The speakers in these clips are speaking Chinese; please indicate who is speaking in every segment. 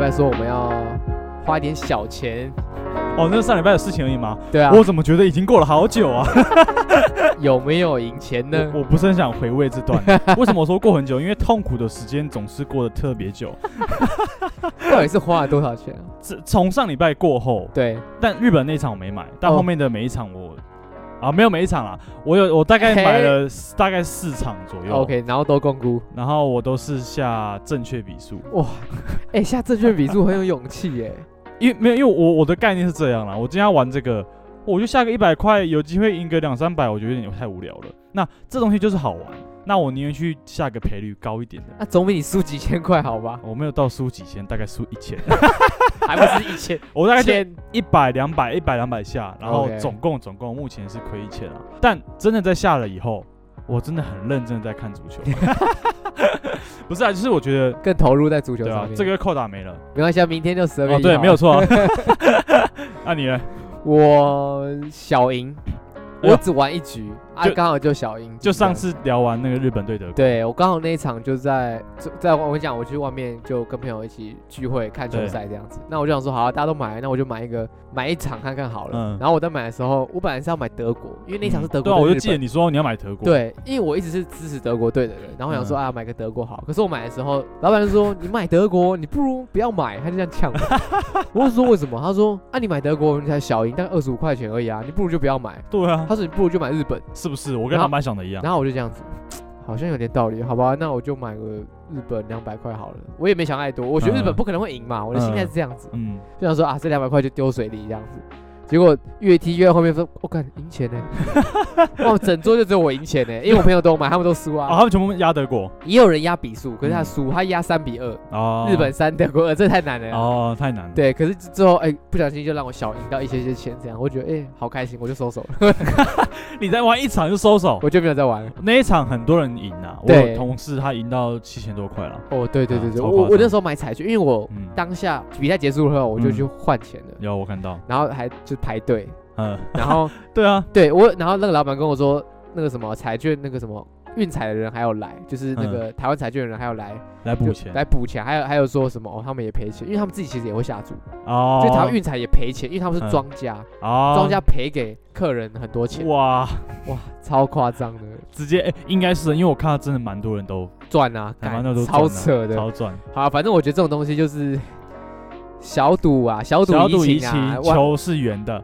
Speaker 1: 拜说我们要花一点小钱，
Speaker 2: 哦，那是上礼拜的事情而已嘛。
Speaker 1: 对啊，
Speaker 2: 我怎么觉得已经过了好久 啊？
Speaker 1: 有没有赢钱呢？
Speaker 2: 我我不是很想回味这 段。为什么我说过很久？因为痛苦的时间总是过得特别久。
Speaker 1: 到底是花了多少钱啊？
Speaker 2: 自从上礼拜过后，
Speaker 1: 对，
Speaker 2: 但日本那一场我没买，但
Speaker 1: 哦
Speaker 2: 后面的每一场我、啊没有每一场啦，我有我大概
Speaker 1: 嘿
Speaker 2: 买了四大概四场左右。
Speaker 1: OK，然后都共估。
Speaker 2: 然后我都是下正确笔数，
Speaker 1: 哎、下证券笔数很有勇气耶、
Speaker 2: 因为没有，因为我我的概念是这样啦，我今天要玩这个，我就下个一百块，有机会赢个两三百，我觉得有点太无聊了。那这东西就是好玩，那我宁愿去下个赔率高一点的。
Speaker 1: 那、总比你输几千块好吧？
Speaker 2: 我没有到输几千，大概输一千，
Speaker 1: 还不是一千？
Speaker 2: 我 大概就
Speaker 1: 千
Speaker 2: 一百、两百、一百、两百下，然后
Speaker 1: OK
Speaker 2: 总共总共目前是亏一千啊。但真的在下了以后，我真的很认真的在看足球， 不是啊，就是我 觉得
Speaker 1: 更投入在足球
Speaker 2: 对
Speaker 1: 上
Speaker 2: 啊
Speaker 1: 面。，
Speaker 2: 这个扣打没了
Speaker 1: 没关系，啊，明天就十二月1
Speaker 2: 哦，
Speaker 1: 号。
Speaker 2: 对，没 有错、啊。 那你呢？
Speaker 1: 我小赢，
Speaker 2: 哎
Speaker 1: 我
Speaker 2: 呦
Speaker 1: 只玩一局啊，
Speaker 2: 就
Speaker 1: 刚好就小赢。
Speaker 2: 就上次聊完那个日本对德国，
Speaker 1: 对我刚好那一场就在就在我跟你讲，我去外面就跟朋友一起聚会看球赛这样子。那我就想说，好、啊，大家都买了，那我就买一个买一场看看好了。
Speaker 2: 嗯
Speaker 1: 然后我在买的时候，我本来是要买德国，因为那一场是德国、
Speaker 2: 对啊，
Speaker 1: 对
Speaker 2: 我
Speaker 1: 日
Speaker 2: 就记得
Speaker 1: 本
Speaker 2: 你说你要买德国，，
Speaker 1: 对，因为我一直是支持德国队的人，然后我想说、
Speaker 2: 嗯
Speaker 1: 啊，买个德国好。可是我买的时候，老板就说你买德国，你不如不要买，他就这样呛我。我 就说为什么？他说啊，你买德国你才小赢，大概二十五块钱而已啊，你不如就不要买。
Speaker 2: 对啊
Speaker 1: 他，说你不如就买日本。
Speaker 2: 是不是？我跟
Speaker 1: 然后
Speaker 2: 老板想的一样，
Speaker 1: 然后我就这样子，好像有点道理，好吧，那我就买个日本两百块好了。我也没想太多，我觉得日本
Speaker 2: 嗯
Speaker 1: 不可能会赢嘛，我的心态
Speaker 2: 嗯
Speaker 1: 是这样子，
Speaker 2: 嗯，
Speaker 1: 就想说啊，这两百块就丢水里这样子。结果越踢越到后面说，我感赢钱呢、 哇，整桌就只有我赢钱呢、因为我朋友都有买，他们都输
Speaker 2: 啊，
Speaker 1: 啊，
Speaker 2: 他们全部压德国
Speaker 1: 也有人压比数，可是他
Speaker 2: 嗯
Speaker 1: 输，他压三比二，
Speaker 2: 啊，
Speaker 1: 日本三，德国二，这太难了。
Speaker 2: 哦，太难了，
Speaker 1: 对，可是最后哎、不小心就让我小赢到一些些钱，这样我觉得哎、好开心，我就收手了，
Speaker 2: 你再玩一场就收手。
Speaker 1: 我就没有再玩了。
Speaker 2: 那一场很多人赢啊，我
Speaker 1: 对
Speaker 2: 有同事他赢到七千多块了，
Speaker 1: 哦，对对对对，
Speaker 2: 啊超
Speaker 1: 我
Speaker 2: 夸
Speaker 1: 我那
Speaker 2: 张
Speaker 1: 时候买彩券，因为我
Speaker 2: 嗯，
Speaker 1: 当下比赛结束后，我就去换钱了，
Speaker 2: 有我看到，
Speaker 1: 然后还就排 队，
Speaker 2: 嗯，
Speaker 1: 然后
Speaker 2: 对啊，
Speaker 1: 对我，然后那个老板跟我说，那个什么彩券那个什么运彩的人还有来，就是那个台湾彩券的人还有来
Speaker 2: 来
Speaker 1: 就
Speaker 2: 嗯补钱
Speaker 1: 来补钱，还有还有说什么哦，他们也赔钱，因为他们自己其实也会下注，
Speaker 2: 哦，
Speaker 1: 所以台湾运彩也赔钱，因为他们是
Speaker 2: 嗯
Speaker 1: 庄家，
Speaker 2: 啊，
Speaker 1: 庄家赔给客人很多钱，
Speaker 2: 哇，
Speaker 1: 哇，超夸张的，
Speaker 2: 直接哎，应该是因为我看到真的蛮多人都
Speaker 1: 赚啊，
Speaker 2: 台
Speaker 1: 干
Speaker 2: 湾那都赚
Speaker 1: 超
Speaker 2: 啊
Speaker 1: 扯的，
Speaker 2: 超赚，
Speaker 1: 好啊，反正我觉得这种东西就是。小赌啊，小赌
Speaker 2: 小赌怡
Speaker 1: 怡情
Speaker 2: 情
Speaker 1: 啊，，哇
Speaker 2: 球是圆的，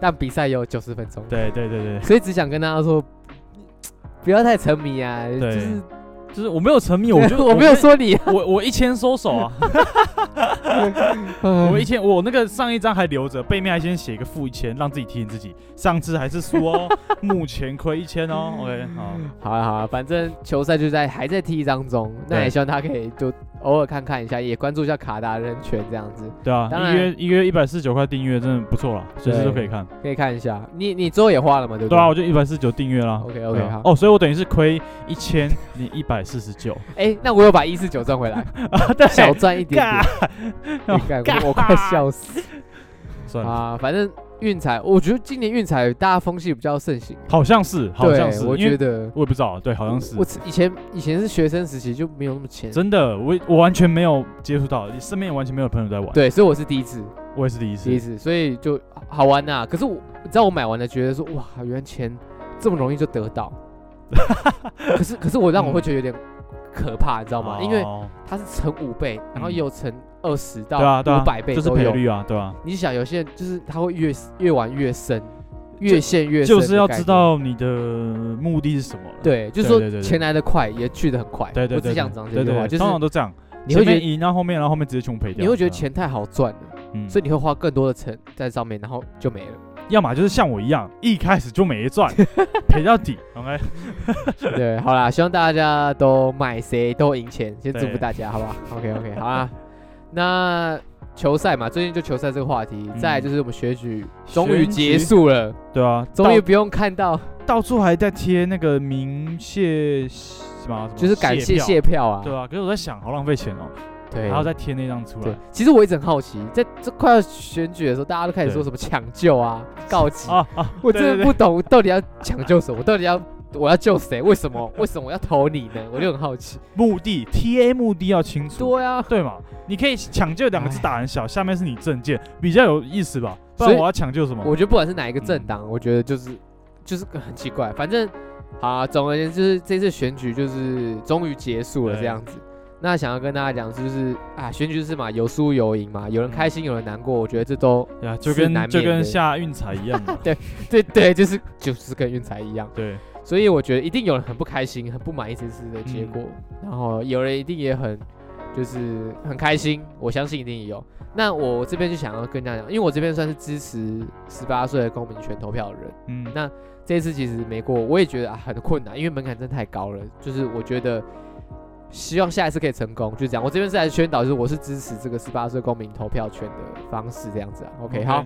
Speaker 1: 但比赛也有九十分钟。
Speaker 2: 对对对对，
Speaker 1: 所以只想跟大家说，不要太沉迷啊，就
Speaker 2: 对
Speaker 1: 是
Speaker 2: 就是我没有沉迷，我 就
Speaker 1: 我没有，说你，
Speaker 2: 我我一千收手啊。 我
Speaker 1: 我嗯
Speaker 2: 一千，我那个上一张还留着，背面还先写一个负一千，让自己提醒自己，上次还是输哦， 目前亏一千哦。OK，好，
Speaker 1: 好了好了，反正球赛就在还在踢当中，那
Speaker 2: 对
Speaker 1: 也希望大家可以就偶尔看看一下，也关注一下卡达人权这样子，
Speaker 2: 对啊
Speaker 1: 当，
Speaker 2: 一
Speaker 1: 然
Speaker 2: 月一月一百四十九块订阅真的不错了，随时
Speaker 1: 对
Speaker 2: 都可以看。
Speaker 1: 可以看一下。你你最后也花了嘛，对不
Speaker 2: 对啊，我就一百四十九订阅啦。
Speaker 1: OK OK
Speaker 2: 对啊
Speaker 1: 好，
Speaker 2: 哦，所以我等于是亏一千，你一百四 十九，
Speaker 1: 哎，那我有把一四九赚 回来，
Speaker 2: 啊对哦
Speaker 1: 小赚一点
Speaker 2: 尬
Speaker 1: 点，干我我快笑死
Speaker 2: 算了，
Speaker 1: 啊！反正运彩，我觉得今年运彩大家风气比较盛行，
Speaker 2: 好像是，好
Speaker 1: 对
Speaker 2: 像是，，
Speaker 1: 我
Speaker 2: 因
Speaker 1: 觉
Speaker 2: 为
Speaker 1: 得。
Speaker 2: 我也不知道，对，好像是
Speaker 1: 我。以前以前是学生时期就没有那么钱，
Speaker 2: 真的，我我完全没有接触到，身边也完全没有朋友在玩，
Speaker 1: 对，所以我是第一次，
Speaker 2: 我也是第一次
Speaker 1: 第一。次，所以就好玩呐、可是我你知道我买完了，觉得说哇，原来钱这么容易就得到， 可是可是我让我会觉得有点可怕，你知道吗？因为
Speaker 2: 嗯哦
Speaker 1: 它是乘五倍，然后
Speaker 2: 嗯
Speaker 1: 也有乘二十到
Speaker 2: 对啊，对啊，
Speaker 1: 五百倍
Speaker 2: 就是
Speaker 1: 都
Speaker 2: 赔
Speaker 1: 有。
Speaker 2: 率啊，对啊。
Speaker 1: 你想，有些人就是他会越越玩越深，越陷越深，
Speaker 2: 就是要知。道你的目的是什么了。
Speaker 1: 对，就是说
Speaker 2: 对对对
Speaker 1: 钱来的快，也去的很快。
Speaker 2: 对对
Speaker 1: 我只
Speaker 2: 对，
Speaker 1: 想讲这
Speaker 2: 对
Speaker 1: 句
Speaker 2: 对
Speaker 1: 话，
Speaker 2: 对
Speaker 1: 就
Speaker 2: 通常
Speaker 1: 是
Speaker 2: 都这样，
Speaker 1: 你会
Speaker 2: 前
Speaker 1: 觉
Speaker 2: 面
Speaker 1: 得
Speaker 2: 赢，然后后面，然后后面直接全部赔掉。
Speaker 1: 你会觉得
Speaker 2: 对啊，
Speaker 1: 钱太好赚了，
Speaker 2: 嗯，
Speaker 1: 所
Speaker 2: 所
Speaker 1: 以你会花更多的钱在上面，然后就没了。
Speaker 2: 以要么就是像我一样，一开始就 没赚，赔到底。OK，
Speaker 1: 对，好啦，希望大家都买谁都赢钱，先祝福
Speaker 2: 对
Speaker 1: 大家，好不好？OK OK，好啊。那球赛嘛，最近就球赛这个话题，再来就是我们选举终于
Speaker 2: 嗯选举
Speaker 1: 结束了，
Speaker 2: 对啊，
Speaker 1: 终于
Speaker 2: 到
Speaker 1: 不用看到
Speaker 2: 到处还在贴那个明谢什么，
Speaker 1: 就是感谢谢
Speaker 2: 谢票，
Speaker 1: 票啊，
Speaker 2: 对啊。可是我在想，好浪费钱哦，
Speaker 1: 对
Speaker 2: 还要再啊贴那张出
Speaker 1: 对
Speaker 2: 来。。
Speaker 1: 其实我一直很好奇，在这快要选举的时候，大家都开始说
Speaker 2: 对
Speaker 1: 什 么抢救啊、告急，
Speaker 2: 啊啊！
Speaker 1: 我
Speaker 2: 对
Speaker 1: 真的
Speaker 2: 对
Speaker 1: 不懂到底要抢救什么，到底要我要救谁？为什么？为什么我要投你呢？我就很好奇。
Speaker 2: 目的 T A 目的要清楚，
Speaker 1: 对啊，
Speaker 2: 对嘛？你可以抢救两个字打很小，下面是你证件，比较有意思吧？不
Speaker 1: 所
Speaker 2: 然
Speaker 1: 以
Speaker 2: 我要抢救什么？
Speaker 1: 我觉得不管是哪一个政党，我觉得就是就是很奇怪。反正好啊，总而言之，这次选举就是终于结束了
Speaker 2: 对
Speaker 1: 这样子。那想要跟大家讲，就是啊，选举是嘛，有输有赢嘛，有人开心，有人难过，我觉得这都
Speaker 2: 呀，啊就是跟
Speaker 1: 难
Speaker 2: 就
Speaker 1: 免
Speaker 2: 跟
Speaker 1: 的。
Speaker 2: 下运彩一样嘛
Speaker 1: 对对，就是就是跟运彩一样。
Speaker 2: 对，
Speaker 1: 所以我觉得一定有人很不开心、很不满意这次的结果，然后有人一定也很就是很开心，我相信一定也有。那我这边就想要跟大家讲，因为我这边算是支持十八岁的公民权投票的人，
Speaker 2: 嗯，
Speaker 1: 那这一次其实没过，我也觉得啊很困难，因为门槛真的太高了。就是我觉得希望下一次可以成功，就这样。我这边是来宣导，就是我是支持这个十八岁公民投票权的方式这样子啊。OK，, 好，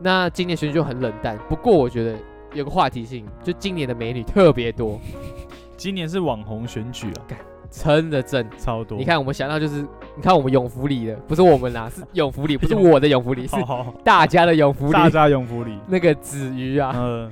Speaker 1: 那今年选举就很冷淡，不过我觉得有个话题性，就今年的美女特别多，
Speaker 2: 今年是网红选举啊，
Speaker 1: 真的正。
Speaker 2: 超多。
Speaker 1: 你，看，我们想到就是，你看我们永福里的，不是我们啦，是永福里，不是我的永福里，是
Speaker 2: 好好好，
Speaker 1: 大家的永福里
Speaker 2: 大。家用福利。
Speaker 1: 那个子瑜啊，
Speaker 2: 嗯，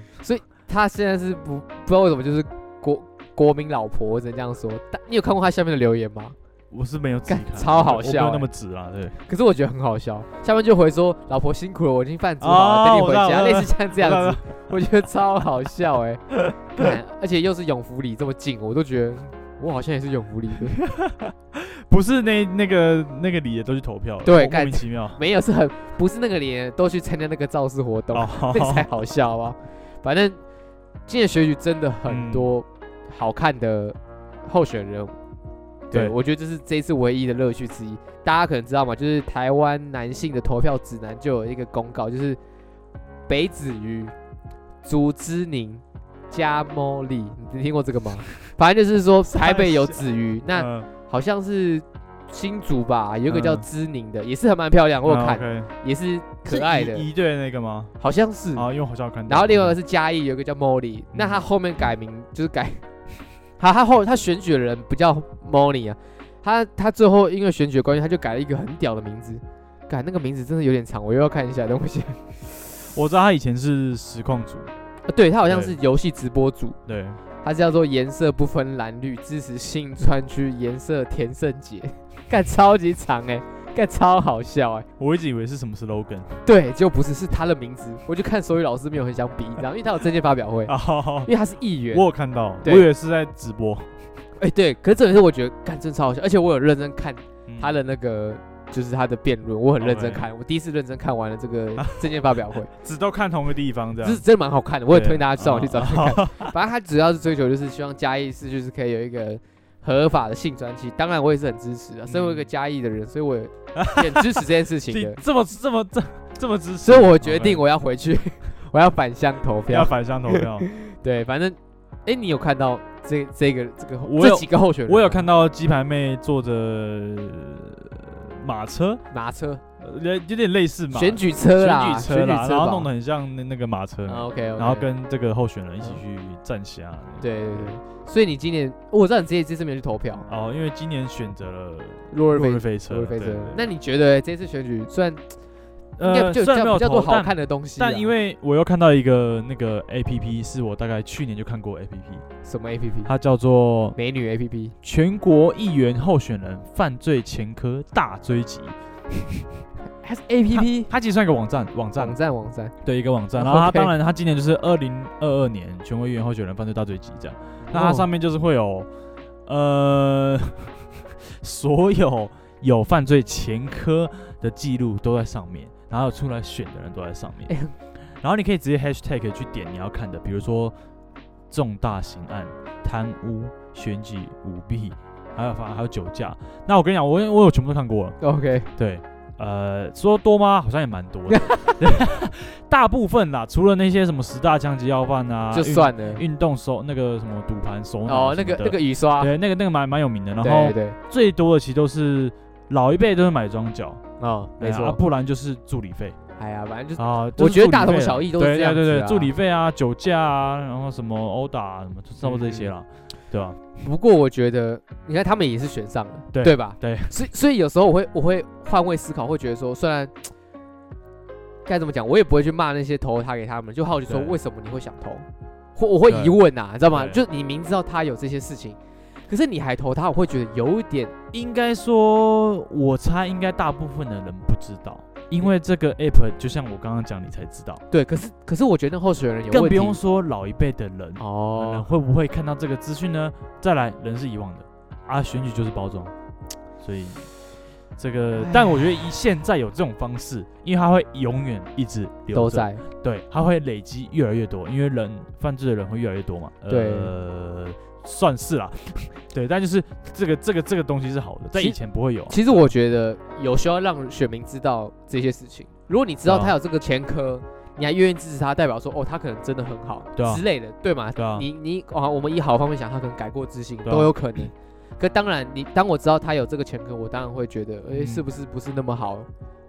Speaker 1: 她现在是不不知道为什么就是国国民老婆，我只能这样说。但你有看过她下面的留言吗？
Speaker 2: 我是没有自己
Speaker 1: 干
Speaker 2: 看，
Speaker 1: 超好
Speaker 2: 我
Speaker 1: 笑
Speaker 2: 没有
Speaker 1: 欸
Speaker 2: 那么直啊，对。
Speaker 1: 可是我觉得很好笑，下面就回说老婆辛苦了，我已经饭煮好了，
Speaker 2: 哦
Speaker 1: 等你回
Speaker 2: 我知
Speaker 1: 家，
Speaker 2: 道
Speaker 1: 类似像这样
Speaker 2: 我
Speaker 1: 子，我觉得超好笑哎、 看而且又是永福里这么近，我都觉得嗯我好像也是永福里的，
Speaker 2: 不是那那个那个里的都去投票了，
Speaker 1: 对
Speaker 2: 我莫
Speaker 1: 干
Speaker 2: 名其妙。
Speaker 1: 没有是很不是那个连都去参加那个造势活动，
Speaker 2: 哦
Speaker 1: 那个才好笑啊。反正今年选举真的很
Speaker 2: 嗯
Speaker 1: 多好看的候选人，对，我觉得这是这一次唯一的乐趣之一。大家可能知道嘛，就是台湾男性的投票指南就有一个公告，就是北子瑜、竹之宁、加茉莉，你听过这个 吗？反正就是说台北有子瑜，那
Speaker 2: 嗯
Speaker 1: 好像是新竹吧，有一个叫
Speaker 2: 嗯
Speaker 1: 知宁的，也是还蛮漂亮，我有
Speaker 2: 嗯
Speaker 1: 看，
Speaker 2: OK
Speaker 1: 也是
Speaker 2: 是
Speaker 1: 可爱
Speaker 2: 一
Speaker 1: 的，
Speaker 2: 一队那个吗？
Speaker 1: 好像是。
Speaker 2: 啊，因为我好像有看到。
Speaker 1: 然后另外一个是嘉义，有一个叫 Molly，那
Speaker 2: 嗯
Speaker 1: 他后面改名就是改， 他他后他选举的人不叫 Molly 啊，他他最后因为选举的关系，他就改了一个很屌的名字，改那个名字真的有点长，我又要看一下东 西。
Speaker 2: 我知道他以前是实况组，
Speaker 1: 啊对他好像是游戏直播主，
Speaker 2: 对，
Speaker 1: 他是叫做颜色不分蓝绿，支持新川区颜色田胜杰，干超级长哎、干超好笑哎、
Speaker 2: 我一直以为是什么 slogan
Speaker 1: 对，就不是是他的名字，我就看手语老师没有很想比，你知道，因为他有证件发表 会，
Speaker 2: 啊，好好好
Speaker 1: 因为他是议员
Speaker 2: 我。有看到，我
Speaker 1: 对
Speaker 2: 以为是在直播。
Speaker 1: 哎、对，可是重点是我觉得干真超好笑，而且我有认真看
Speaker 2: 嗯
Speaker 1: 他的那个，就是他的辩论，我很认真
Speaker 2: OK
Speaker 1: 看，我第一次认真看完了这个证件发表 会，
Speaker 2: 只都看同一个地方这
Speaker 1: 这
Speaker 2: 样
Speaker 1: 是。真的蛮好看的，我也推荐大家上网去找
Speaker 2: 啊对啊
Speaker 1: 看看。 反正他主要是追求就是希望嘉义市就是可以有一个合法的性专区，当然我也是很支持的，啊身为一个嘉义的人，所以我也也很支持这件事 情
Speaker 2: 这
Speaker 1: 的，
Speaker 2: 这么这么这这么支持，
Speaker 1: 所以我决定
Speaker 2: OK
Speaker 1: 我要回去， 我要返乡投
Speaker 2: 要
Speaker 1: 票。
Speaker 2: 反向投票。
Speaker 1: 对，反正，哎、你有看到这这个这个候
Speaker 2: 我
Speaker 1: 这
Speaker 2: 有
Speaker 1: 几个候选人吗？
Speaker 2: 我有看到鸡排妹坐着马车，
Speaker 1: 马车
Speaker 2: 呃有有点类似马
Speaker 1: 选举车啦，
Speaker 2: 选举车啦，然后
Speaker 1: 吧
Speaker 2: 弄得很像那那个马车，
Speaker 1: 啊 OK，
Speaker 2: 然后跟这个候选人一起去站下。
Speaker 1: 对对对，所以你今年我知道你这这次没有去投票，
Speaker 2: 哦，因为今年选择了
Speaker 1: 落日
Speaker 2: 落
Speaker 1: 飞
Speaker 2: 日飞车，
Speaker 1: 落日飞车
Speaker 2: 对对。
Speaker 1: 那你觉得这次选举虽然应该
Speaker 2: 呃，
Speaker 1: 就
Speaker 2: 虽然没
Speaker 1: 比
Speaker 2: 有
Speaker 1: 较多
Speaker 2: 投，
Speaker 1: 好
Speaker 2: 但
Speaker 1: 看的东西啊，
Speaker 2: 但因为我又看到一个那个 A P P，是我大概去年就看过 A P P，
Speaker 1: 什么 A P P
Speaker 2: 它叫做
Speaker 1: 美女 A P P，
Speaker 2: 全国议员候选人犯罪前科大追击。
Speaker 1: 还是 A P P
Speaker 2: 它其实算一个网站，网站
Speaker 1: 网站网站，
Speaker 2: 对一个网站。
Speaker 1: 哦
Speaker 2: 然后它
Speaker 1: OK
Speaker 2: 当然，它今年就是二零二二年全国议员候选人犯罪大追击这样。那
Speaker 1: 哦
Speaker 2: 它上面就是会有，呃， 所有有犯罪前科的记录都在上面，然后出来选的人都在上面
Speaker 1: 哎。
Speaker 2: 然后你可以直接 hashtag 去点你要看的，比如说重大刑案、贪污、选举舞弊，还有反还有酒驾。那我跟你讲，我我有全部都看过了。
Speaker 1: 哦 OK
Speaker 2: 对，呃，说多吗？好像也蛮多的， 大部分啦，除了那些什么十大枪击要犯啊，
Speaker 1: 就
Speaker 2: 运
Speaker 1: 算了。
Speaker 2: 运动手那个什么赌盘手脑
Speaker 1: 哦，
Speaker 2: 什
Speaker 1: 那
Speaker 2: 么
Speaker 1: 个
Speaker 2: 的
Speaker 1: 那个雨刷，
Speaker 2: 对，那个那个蛮蛮有名的。然
Speaker 1: 对
Speaker 2: 后
Speaker 1: 对
Speaker 2: 最多的其实都是老一辈都是买庄脚，
Speaker 1: 哦，没
Speaker 2: 对啊
Speaker 1: 错
Speaker 2: 啊，。不然就是助理费
Speaker 1: 哎呀，反正就是
Speaker 2: 啊。就是
Speaker 1: 觉得
Speaker 2: 助理
Speaker 1: 大同
Speaker 2: 费啦
Speaker 1: 小异都是
Speaker 2: 对
Speaker 1: 这样
Speaker 2: 对
Speaker 1: 子
Speaker 2: 对
Speaker 1: 啊
Speaker 2: 对，助理费啊、酒驾啊，然后什么殴打啊什么，就差不多这些啦，
Speaker 1: 嗯
Speaker 2: 对吧？
Speaker 1: 不过我觉得，你看他们也是选上了，
Speaker 2: 对
Speaker 1: 对吧？
Speaker 2: 对，
Speaker 1: 所以所以有时候我会我会换位思考，会觉得说，虽然该怎么讲，我也不会去骂那些投他给他们，就好奇说
Speaker 2: 对
Speaker 1: 为什么你会想投，或我会疑问呐、你知道吗？
Speaker 2: 对
Speaker 1: 就你明知道他有这些事情，可是你还投他，我会觉得有一点
Speaker 2: 应该说，我猜应该大部分的人不知道，因为这个 app 就像我刚刚讲，你才知道，
Speaker 1: 对。可是可是我觉得那候选人有问题，
Speaker 2: 更不用说老一辈的人，
Speaker 1: 哦
Speaker 2: 哦、，会不会看到这个资讯呢？再来，人是遗忘的啊，选举就是包装，所以这个
Speaker 1: 唉，
Speaker 2: 但我觉得一现在有这种方式，因为它会永远一直留
Speaker 1: 都
Speaker 2: 着，
Speaker 1: 在
Speaker 2: 对，它会累积越来越多，因为人犯罪的人会越来越多嘛，
Speaker 1: 对
Speaker 2: 呃，算是啦， 对，但就是这个这个这个东西是好的，在
Speaker 1: 其
Speaker 2: 以前不会有啊，
Speaker 1: 其实我觉得有需要让选民知道这些事情。如果你知道
Speaker 2: 啊
Speaker 1: 他有这个前科，你还愿意支持他，代表说哦，他可能真的很好，
Speaker 2: 对啊
Speaker 1: 之类的，对吗？
Speaker 2: 对啊
Speaker 1: 你你啊，我们以好方面想，他可能改过自新、
Speaker 2: 对啊
Speaker 1: 都有可能。可当然，你当我知道他有这个前科，我当然会觉得，哎、
Speaker 2: 嗯
Speaker 1: 是不是不是那么好？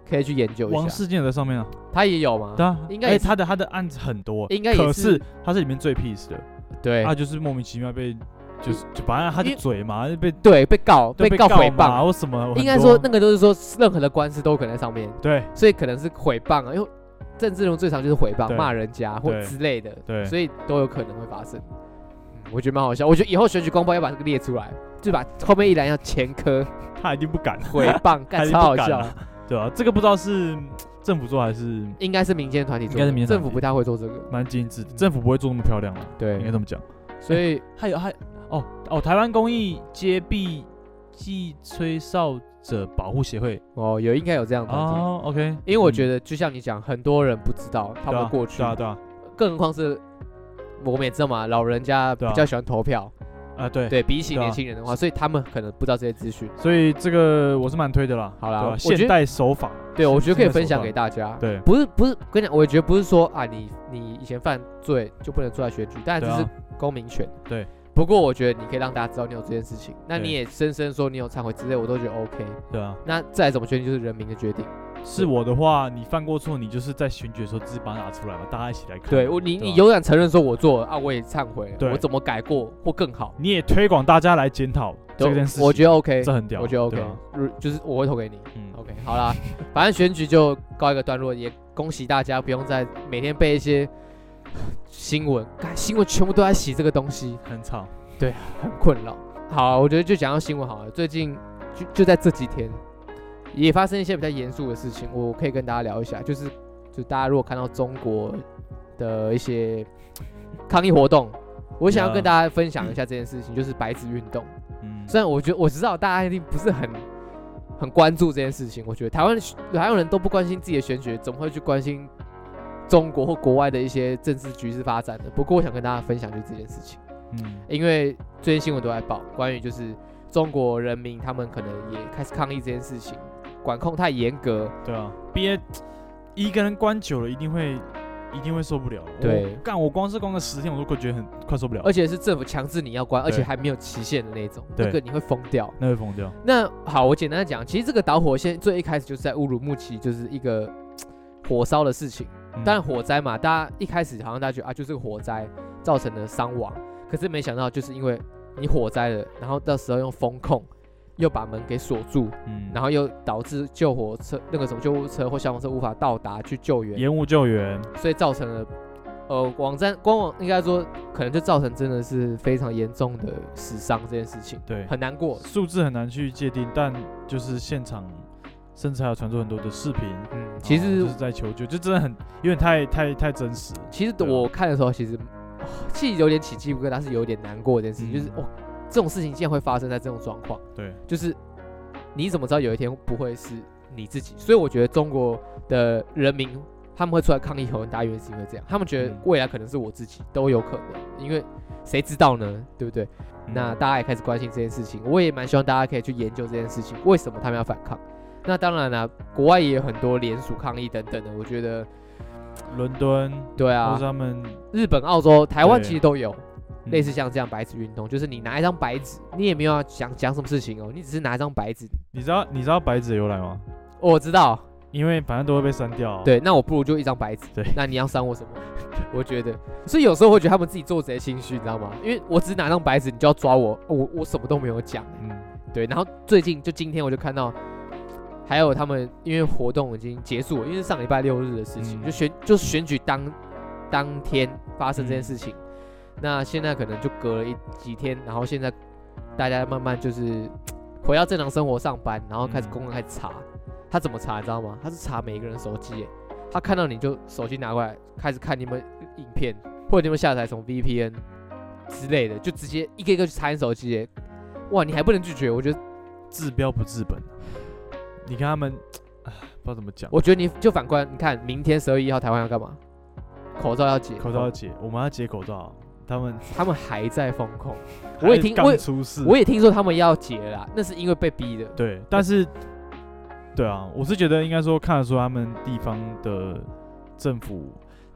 Speaker 1: 可以去研究一
Speaker 2: 王
Speaker 1: 下。
Speaker 2: 世坚有在上面啊，
Speaker 1: 他也有吗？
Speaker 2: 对啊，
Speaker 1: 应该
Speaker 2: 哎
Speaker 1: 也是
Speaker 2: 他的他的案子很多，
Speaker 1: 应该也
Speaker 2: 可
Speaker 1: 是
Speaker 2: 是他是里面最 peace 的，
Speaker 1: 对、
Speaker 2: 他就是莫名其妙被。就是，就反正他
Speaker 1: 因为
Speaker 2: 的嘴嘛，就被
Speaker 1: 对，被告
Speaker 2: 对
Speaker 1: 告诽
Speaker 2: 嘛
Speaker 1: 谤，
Speaker 2: 或什么很多，
Speaker 1: 应该说那个就是说任何的官司都可能在上面，
Speaker 2: 对
Speaker 1: 所以可能是诽谤啊，因为政治人物最常就是诽谤、
Speaker 2: 对
Speaker 1: 骂人家或
Speaker 2: 对
Speaker 1: 之类的，
Speaker 2: 对
Speaker 1: 所以都有可能会发生。嗯我觉得蛮好笑，我觉得以后选举公报要把这个列出来，就把后面一栏要前 科、
Speaker 2: 他一定不敢，
Speaker 1: 诽谤，干
Speaker 2: 他一定
Speaker 1: 超好
Speaker 2: 不敢
Speaker 1: 笑。
Speaker 2: 啊，对啊，这个不知道是嗯政府做还是
Speaker 1: 应该是民间团体做的，
Speaker 2: 应该是民间团
Speaker 1: 政
Speaker 2: 体
Speaker 1: 府不太会做这个，
Speaker 2: 蛮精致的，政府不会做那么漂亮了，应该
Speaker 1: 对
Speaker 2: 这，么讲。
Speaker 1: 所以
Speaker 2: 还有还哦哦，台湾公益街壁暨吹哨者保护协会
Speaker 1: 哦，有应该有这样的团体，
Speaker 2: 哦，OK，
Speaker 1: 因为我觉
Speaker 2: 得
Speaker 1: 得就像你讲，很多人不知道他们过去
Speaker 2: 对，啊对啊
Speaker 1: 更何况是我们也知道嘛，老人家
Speaker 2: 对
Speaker 1: 比
Speaker 2: 啊
Speaker 1: 较喜欢投票，
Speaker 2: 啊对。
Speaker 1: 对比起
Speaker 2: 对啊
Speaker 1: 年轻人的话，所以他们可能不知道这些资讯。
Speaker 2: 所以这个我是蛮推的啦，
Speaker 1: 好啦
Speaker 2: 对啊
Speaker 1: 我觉得
Speaker 2: 现代手法，
Speaker 1: 对，我觉得可以分享
Speaker 2: 现代
Speaker 1: 给
Speaker 2: 手
Speaker 1: 大家。
Speaker 2: 对
Speaker 1: 不是不是，跟你讲，我觉得不是说啊，你你以前犯罪就不能出来选举，当然
Speaker 2: 对
Speaker 1: 这
Speaker 2: 啊
Speaker 1: 是公民权。
Speaker 2: 对。
Speaker 1: 不过我觉得你可以让大家知道你有这件事情，那
Speaker 2: 对
Speaker 1: 你也深深说你有忏悔之类，我都觉得 OK。
Speaker 2: 法对啊，
Speaker 1: 那再来怎么决定就是人民的决定。
Speaker 2: 是我的话，你犯过错，你就是在选举的时候直接把它拿出来嘛，大家一起来看嘛。
Speaker 1: 对我，你
Speaker 2: 对啊
Speaker 1: 你勇敢承认说我做了啊，我也忏悔了，
Speaker 2: 对
Speaker 1: 我怎么改过或更好，
Speaker 2: 你也推广大家来检讨
Speaker 1: 都
Speaker 2: 这件事情，
Speaker 1: 我觉得 OK，
Speaker 2: 这很屌，
Speaker 1: 我觉得
Speaker 2: 对
Speaker 1: OK，
Speaker 2: 啊
Speaker 1: 如就是我会投给你。
Speaker 2: 嗯
Speaker 1: OK，好啦，反正选举就告一个段落，也恭喜大家不用再每天被一些新闻，干新闻全部都在洗这个东西，
Speaker 2: 很吵，
Speaker 1: 很困扰。好啊，我觉得就讲到新闻好了。最近就就在这几天，也发生一些比较严肃的事情，我可以跟大家聊一下。就是就大家如果看到中国的一些抗议活动，我想要
Speaker 2: 啊
Speaker 1: 跟大家分享一下这件事情，就是白纸运动。
Speaker 2: 嗯，
Speaker 1: 虽然我觉得我知道大家一定不是很很关注这件事情，我觉得台湾台湾人都不关心自己的选举，怎么会去关心中国或国外的一些政治局势发展呢？不过我想跟大家分享就是这件事情，
Speaker 2: 嗯，
Speaker 1: 因为最近新闻都在报关于就是中国人民他们可能也开始抗议这件事情，管控太严格，
Speaker 2: 对啊，憋一个人关久了，一定会一定会受不了。
Speaker 1: 对
Speaker 2: 我干我光是关个十天，我都觉得很快受不了，
Speaker 1: 而且是政府强制你要关，而
Speaker 2: 对
Speaker 1: 且还没有期限的那种，
Speaker 2: 对
Speaker 1: 那个你会疯掉。
Speaker 2: 那会疯掉。
Speaker 1: 那好，我简单的讲，其实这个导火线最一开始就是在乌鲁木齐，就是一个火烧的事情。
Speaker 2: 嗯
Speaker 1: 当然火灾嘛，大家一开始好像大家觉得啊，就是火灾造成的伤亡，可是没想到就是因为你火灾了，然后到时候用风控又把门给锁住，
Speaker 2: 嗯
Speaker 1: 然后又导致救火车那个什么救护车或消防车无法到达去救援，
Speaker 2: 延误救援，
Speaker 1: 所以造成了呃网站官网应该说可能就造成真的是非常严重的死伤这件事情，
Speaker 2: 对，
Speaker 1: 很难过。
Speaker 2: 数字很难去界定，但就是现场甚至还有传出很多的视频，
Speaker 1: 嗯，其
Speaker 2: 哦
Speaker 1: 实
Speaker 2: 就是在求救，就真的很有点太太太真实了。
Speaker 1: 其实
Speaker 2: 对啊
Speaker 1: 我看的时候，其实哦其实有点起鸡皮疙瘩，是有点难过的一件事情，
Speaker 2: 嗯
Speaker 1: 就是哦，这种事情竟然会发生在这种状况，
Speaker 2: 对，
Speaker 1: 就是你怎么知道有一天不会是你自己？所以我觉得中国的人民他们会出来抗议，很大原因是因为这样，他们觉得
Speaker 2: 嗯
Speaker 1: 未来可能是我自己都有可能，因为谁知道呢？对不对？
Speaker 2: 嗯
Speaker 1: 那大家也开始关心这件事情，我也蛮希望大家可以去研究这件事情，为什么他们要反抗？那当然啦、国外也有很多联署抗议等等的，我觉得
Speaker 2: 伦敦
Speaker 1: 对啊，
Speaker 2: 或是他们
Speaker 1: 日本、澳洲、台湾
Speaker 2: 对
Speaker 1: 其实都有类似
Speaker 2: 嗯
Speaker 1: 像这样白纸运动，就是你拿一张白纸，你也没有要想讲什么事情哦，你只是拿一张白纸。
Speaker 2: 你知道你知道白纸的由来吗？
Speaker 1: 哦我知道，
Speaker 2: 因为反正都会被删掉啊。
Speaker 1: 对，那我不如就一张白纸。
Speaker 2: 对
Speaker 1: 那你要删我什么？ 我觉得，所以有时候会觉得他们自己做贼心虚，你知道吗？因为我只拿张白纸，你就要抓我，我我什么都没有讲。
Speaker 2: 嗯，
Speaker 1: 对，然后最近就今天我就看到，还有他们因为活动已经结束了，因为是上礼拜六日的事情，
Speaker 2: 嗯
Speaker 1: 就选就选举当当天发生这件事情，那现在可能就隔了一几天，然后现在大家慢慢就是回到正常生活上班，然后开始
Speaker 2: 嗯
Speaker 1: 公安开始查，他怎么查你知道吗？他是查每一个人手机耶，他看到你就手机拿过来开始看你们影片，或者你们下载什么 VPN 之类的，就直接一个一个去查你手机耶。哇，你还不能拒绝，我觉得，
Speaker 2: 治标不治本啊、你看他们，唉不知道怎么讲。
Speaker 1: 我觉得你就反观，你看明天十二月一号台湾要干嘛？口罩要解，
Speaker 2: 口罩要解，我们要解口罩，啊他们
Speaker 1: 他们还在封控，我也听
Speaker 2: 还
Speaker 1: 我也
Speaker 2: 刚出事，
Speaker 1: 我也听说他们要解了啦，那是因为被逼的。
Speaker 2: 对，但是对啊，我是觉得应该说看得出他们地方的政府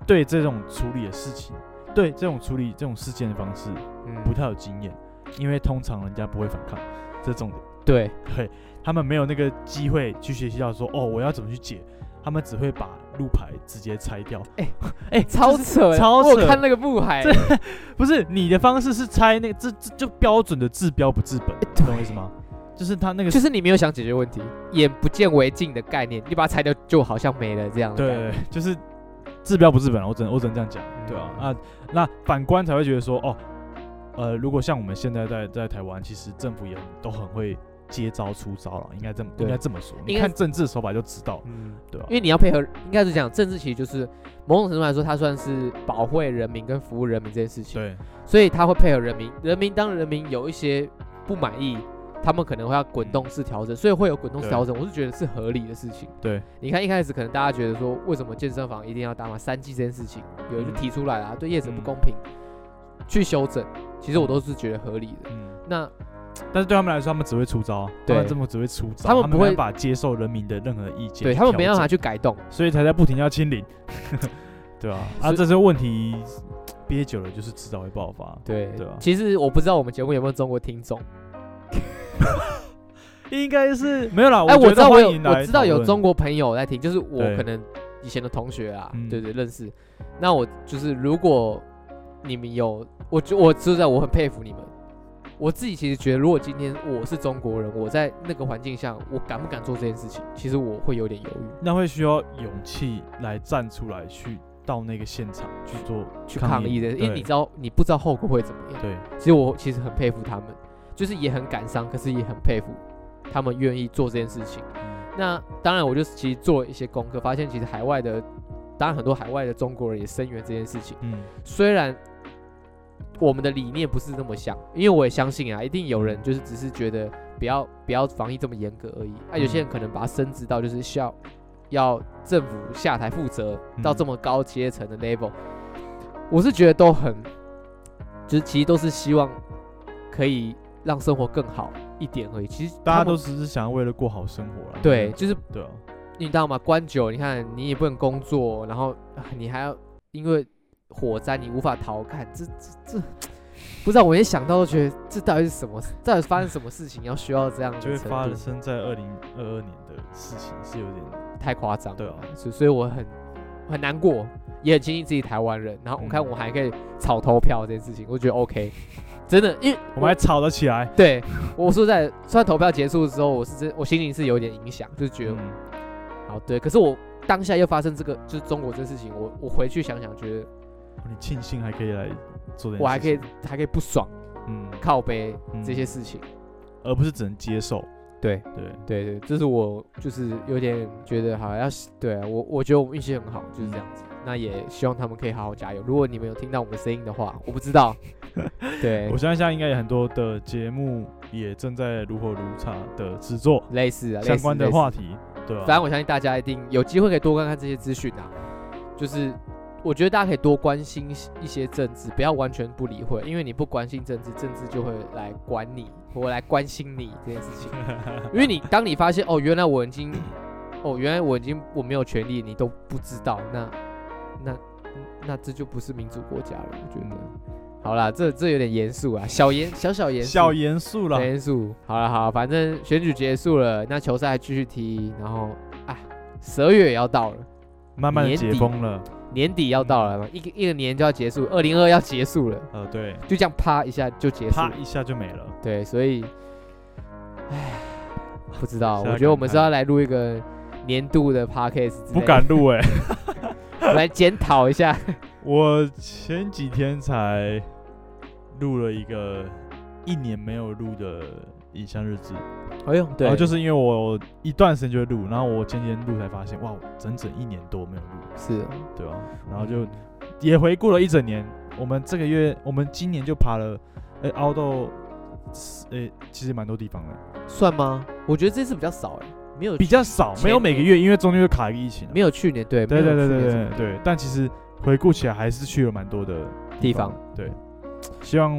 Speaker 2: 对这种处理的事情，对这种处理这种事件的方式
Speaker 1: 嗯
Speaker 2: 不太有经验，因为通常人家不会反抗，这种
Speaker 1: 对，
Speaker 2: 对他们没有那个机会去学习到说哦我要怎么去解，他们只会把路牌直接拆掉。
Speaker 1: 哎
Speaker 2: 哎、
Speaker 1: 超
Speaker 2: 这是
Speaker 1: 扯的，
Speaker 2: 超
Speaker 1: 我有
Speaker 2: 扯
Speaker 1: 看那个木海，
Speaker 2: 这不是你的方式是拆那个，这这就标准的治标不治本，你懂我意思吗？就是他那个
Speaker 1: 哎就是你没有想解决问题，眼不见为净的概念，你把它拆掉就好像没了这样的感觉。嗯
Speaker 2: 对，就是治标不治本啊，我只能我只能这样讲，对啊，啊，那反观才会觉得说，哦，呃，如果像我们现在在在台湾，其实政府也都很会接招出招了，应该这么
Speaker 1: 对
Speaker 2: 应该这么说，你
Speaker 1: 应该
Speaker 2: 看政治手法就知道，
Speaker 1: 嗯，
Speaker 2: 对啊吧、
Speaker 1: 因为你要配合，应该是讲政治，其实就是某种程度来说，它算是保卫人民跟服务人民这件事情，
Speaker 2: 对，
Speaker 1: 所以他会配合人民。人民当人民有一些不满意，他们可能会要滚动式调整，所以会有滚动式
Speaker 2: 对
Speaker 1: 调整，我是觉得是合理的事情。
Speaker 2: 对，
Speaker 1: 你看一开始可能大家觉得说，为什么健身房一定要打满三剂这件事情，有人就
Speaker 2: 嗯
Speaker 1: 提出来啦，对业者不
Speaker 2: 嗯
Speaker 1: 公平，去修正。其实我都是觉得合理的。
Speaker 2: 嗯，
Speaker 1: 那
Speaker 2: 但是对他们来说，他们只会出招啊，
Speaker 1: 对
Speaker 2: 他们政府只会出招，
Speaker 1: 他们
Speaker 2: 们
Speaker 1: 不
Speaker 2: 没
Speaker 1: 会
Speaker 2: 办法接受人民的任何意见，
Speaker 1: 对他们没
Speaker 2: 调
Speaker 1: 办法
Speaker 2: 整，
Speaker 1: 去改动，
Speaker 2: 所以才在不停要清零， 对啊，啊，
Speaker 1: 所以
Speaker 2: 这些问题憋久了就是迟早会爆发，
Speaker 1: 对
Speaker 2: 对啊
Speaker 1: 其实我不知道我们节目有没有中国听众，
Speaker 2: 应该是没有啦。
Speaker 1: 哎，
Speaker 2: 觉
Speaker 1: 我
Speaker 2: 得
Speaker 1: 知道我
Speaker 2: 欢
Speaker 1: 有
Speaker 2: 迎
Speaker 1: 我
Speaker 2: 来
Speaker 1: 知道
Speaker 2: 讨
Speaker 1: 有
Speaker 2: 论
Speaker 1: 中国朋友在听，就是我
Speaker 2: 对
Speaker 1: 可能以前的同学啊，
Speaker 2: 嗯
Speaker 1: 对对认识。那我就是如果你们有，我觉我知道我很佩服你们。我自己其实觉得，如果今天我是中国人，我在那个环境下，我敢不敢做这件事情？其实我会有点犹豫。
Speaker 2: 那会需要勇气来站出来，去到那个现场去做
Speaker 1: 去抗议的，因为
Speaker 2: 对
Speaker 1: 你知道你不知道后果会怎么样。
Speaker 2: 对，
Speaker 1: 其实我其实很佩服他们，就是也很感伤，可是也很佩服他们愿意做这件事情。
Speaker 2: 嗯
Speaker 1: 那当然，我就其实做了一些功课，发现其实海外的，当然很多海外的中国人也声援这件事情。
Speaker 2: 嗯，
Speaker 1: 虽然我们的理念不是那么像，因为我也相信啊，一定有人就是只是觉得不要不要防疫这么严格而已。
Speaker 2: 嗯
Speaker 1: 啊，有些人可能把它升职到就是需要要政府下台负责到这么高阶层的
Speaker 2: 嗯
Speaker 1: level，、我是觉得都很，就是其实都是希望可以让生活更好一点而已。其实他
Speaker 2: 大家
Speaker 1: 们
Speaker 2: 都只是想要为了过好生活啦。
Speaker 1: 对，就是
Speaker 2: 对啊，
Speaker 1: 你知道吗？关久，你看你也不能工作，然后啊你还要因为火灾你无法逃看，这这这，不知道我一想到都觉得这到底是什么？到底发生什么事情要需要这样的
Speaker 2: 就会
Speaker 1: 程
Speaker 2: 发
Speaker 1: 度？
Speaker 2: 生在二零二二年的事情是有点
Speaker 1: 太夸张了，
Speaker 2: 对啊
Speaker 1: 所以所以我很很难过，也很庆幸自己台湾人。然后我看
Speaker 2: 嗯
Speaker 1: 我还可以炒投票这件事情，我觉得 OK，真的，因为
Speaker 2: 我们还吵了起来。
Speaker 1: 对我说实在，虽然投票结束之后，我是真我心情是有点影响，就是觉得
Speaker 2: 嗯
Speaker 1: 好对，可是我当下又发生这个就是中国这事情，我我回去想想，觉得
Speaker 2: 哦你庆幸还可以来做点，
Speaker 1: 我还可以，还可以不爽
Speaker 2: 嗯，
Speaker 1: 靠背
Speaker 2: 嗯
Speaker 1: 这些事情。
Speaker 2: 而不是只能接受。
Speaker 1: 对
Speaker 2: 对，
Speaker 1: 对对，这是我就是有点觉得好要对啊我，我觉得我们运气很好，就是这样子。
Speaker 2: 嗯
Speaker 1: 那也希望他们可以好好加油。如果你们有听到我们的声音的话，我不知 道。对
Speaker 2: 我，相信现在应该有很多的节目也正在如火如茶的制作
Speaker 1: 类似啊，类
Speaker 2: 相
Speaker 1: 似
Speaker 2: 关的
Speaker 1: 类似
Speaker 2: 话题，对啊，
Speaker 1: 反正我相信大家一定有机会可以多看看这些资讯啊。就是我觉得大家可以多关心一些政治，不要完全不理会，因为你不关心政治，政治就会来管你，我来关心你这件事 情。因为你当你发现哦，原来我已经，哦，原来我已经我没有权利，你都不知道，那那那这就不是民主国家了，我觉得。好啦，这这有点严肃啊，小严小小严肃，
Speaker 2: 小严肃了
Speaker 1: 小，严肃。好了好了，反正选举结束了，那球赛还继续踢，然后啊，十二月也要到了，
Speaker 2: 慢慢的
Speaker 1: 年底
Speaker 2: 解封了。
Speaker 1: 年底要到了嘛，
Speaker 2: 嗯
Speaker 1: 一个一个年就要结束，二零二要结束了，
Speaker 2: 呃，对，
Speaker 1: 就这样啪一下就结束
Speaker 2: 啪
Speaker 1: 了。
Speaker 2: 一下就没了。
Speaker 1: 对，所以，唉，不知道，
Speaker 2: 是
Speaker 1: 我
Speaker 2: 要
Speaker 1: 觉得我们
Speaker 2: 感叹
Speaker 1: 是要来录一个年度的 podcast，之类的
Speaker 2: 不 敢录哎、
Speaker 1: 来检讨一下。
Speaker 2: 我前几天才录了一个一年没有录的影像日志，
Speaker 1: 哎呦，
Speaker 2: 然
Speaker 1: 对，
Speaker 2: 后就是因为我一段时间就会录，然后我前几天录才发现，哇，我整整一年多没有录，
Speaker 1: 是，
Speaker 2: 对啊，然后就也回顾了一整年，我们这个月，我们今年就爬了，呃、凹到，呃，其实蛮多地方的，
Speaker 1: 算吗？我觉得这次比较少哎，没有
Speaker 2: 比较少，
Speaker 1: 前
Speaker 2: 没有每个月，因为中间就卡一个疫情啊、
Speaker 1: 没有去年对，
Speaker 2: 对
Speaker 1: 没
Speaker 2: 对
Speaker 1: 有
Speaker 2: 对
Speaker 1: 去
Speaker 2: 对
Speaker 1: 年
Speaker 2: 对
Speaker 1: 什么
Speaker 2: 对对，但其实回顾起来还是去了蛮多的
Speaker 1: 地
Speaker 2: 方
Speaker 1: 方，
Speaker 2: 对，希望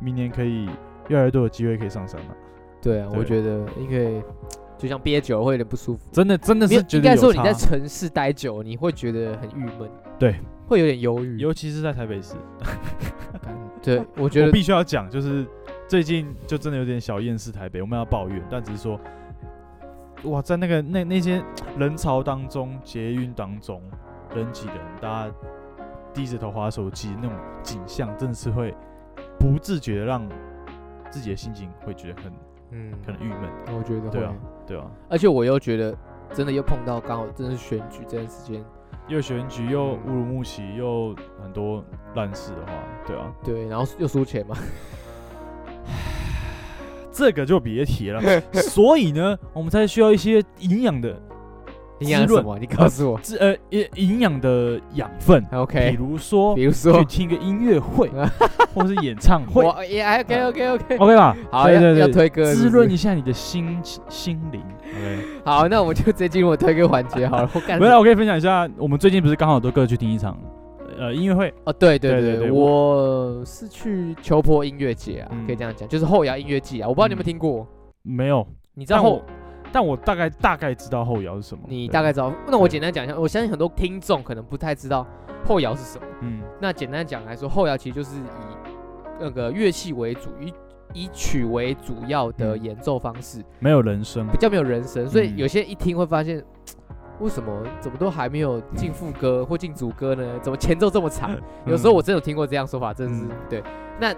Speaker 2: 明年可以越来越多的机会可以上山嘛。
Speaker 1: 对啊，我
Speaker 2: 对
Speaker 1: 觉得因为就像憋久了会有点不舒服。
Speaker 2: 真的真的
Speaker 1: 没
Speaker 2: 是
Speaker 1: 有
Speaker 2: 觉
Speaker 1: 应
Speaker 2: 得
Speaker 1: 该
Speaker 2: 有
Speaker 1: 说你
Speaker 2: 差啊
Speaker 1: 在城市待久，你会觉得很郁闷，
Speaker 2: 对，
Speaker 1: 会有点忧郁。
Speaker 2: 尤其是在台北市，
Speaker 1: 对，我觉
Speaker 2: 我
Speaker 1: 得
Speaker 2: 必须要讲，就是最近就真的有点小厌世台北，我们要抱怨，但只是说，哇，在那个那那些人潮当中，捷运当中，人挤人，大家低着头划手机那种景象，真的是会不自觉的让自己的心情会觉得很
Speaker 1: 嗯，
Speaker 2: 很郁闷，
Speaker 1: 我觉得
Speaker 2: 对啊
Speaker 1: 会，
Speaker 2: 对啊，
Speaker 1: 而且我又觉得真的又碰到刚好真的是选举这段时间，
Speaker 2: 又选举又
Speaker 1: 嗯
Speaker 2: 乌鲁木齐又很多烂事的话，对啊，
Speaker 1: 对，然后又输钱嘛，
Speaker 2: 这个就别提了。 所以呢，我们才需要一些营养的
Speaker 1: 你养
Speaker 2: 滋
Speaker 1: 什
Speaker 2: 润
Speaker 1: 么？你告诉我。
Speaker 2: 这呃营营养的养分，比
Speaker 1: OK，
Speaker 2: 如说
Speaker 1: 比如说
Speaker 2: 去听个音 乐会或是演唱会
Speaker 1: 我也 OK OK OK，
Speaker 2: ，OK 吧？
Speaker 1: 好，
Speaker 2: 对
Speaker 1: 要要
Speaker 2: 对对，
Speaker 1: 推歌是不是
Speaker 2: 滋润一下你的心心灵。OK，
Speaker 1: 好，那我们就直接进入我推歌环节好了。我感
Speaker 2: 没
Speaker 1: 觉
Speaker 2: 有，我可啊以分享一下，我们最近不是刚好都各去听一场呃音乐会，
Speaker 1: 哦，对对
Speaker 2: 对
Speaker 1: 对
Speaker 2: 对对
Speaker 1: 我是去秋坡音乐节啊，
Speaker 2: 嗯
Speaker 1: 可以这样讲，就是后摇音乐季啊，我不知道你有没有
Speaker 2: 嗯
Speaker 1: 听过，
Speaker 2: 没有，
Speaker 1: 你知道
Speaker 2: 但
Speaker 1: 后
Speaker 2: 我但我大概大概知道后摇是什么，
Speaker 1: 你
Speaker 2: 对
Speaker 1: 大概知道。那我
Speaker 2: 对
Speaker 1: 简单讲一下，我相信很多听众可能不太知道后摇是什么。
Speaker 2: 嗯
Speaker 1: 那简单讲来说，后摇其实就是以那个乐器为主，以以曲为主要的
Speaker 2: 嗯
Speaker 1: 演奏方式，
Speaker 2: 没有人声
Speaker 1: 比，较没有人声，所以
Speaker 2: 嗯
Speaker 1: 有些一听会发现。嘖嗯为什么怎么都还没有进副歌或进主歌呢？怎么前奏这么长？有时候我真的有听过这样说法，真的是、
Speaker 2: 嗯
Speaker 1: 对。那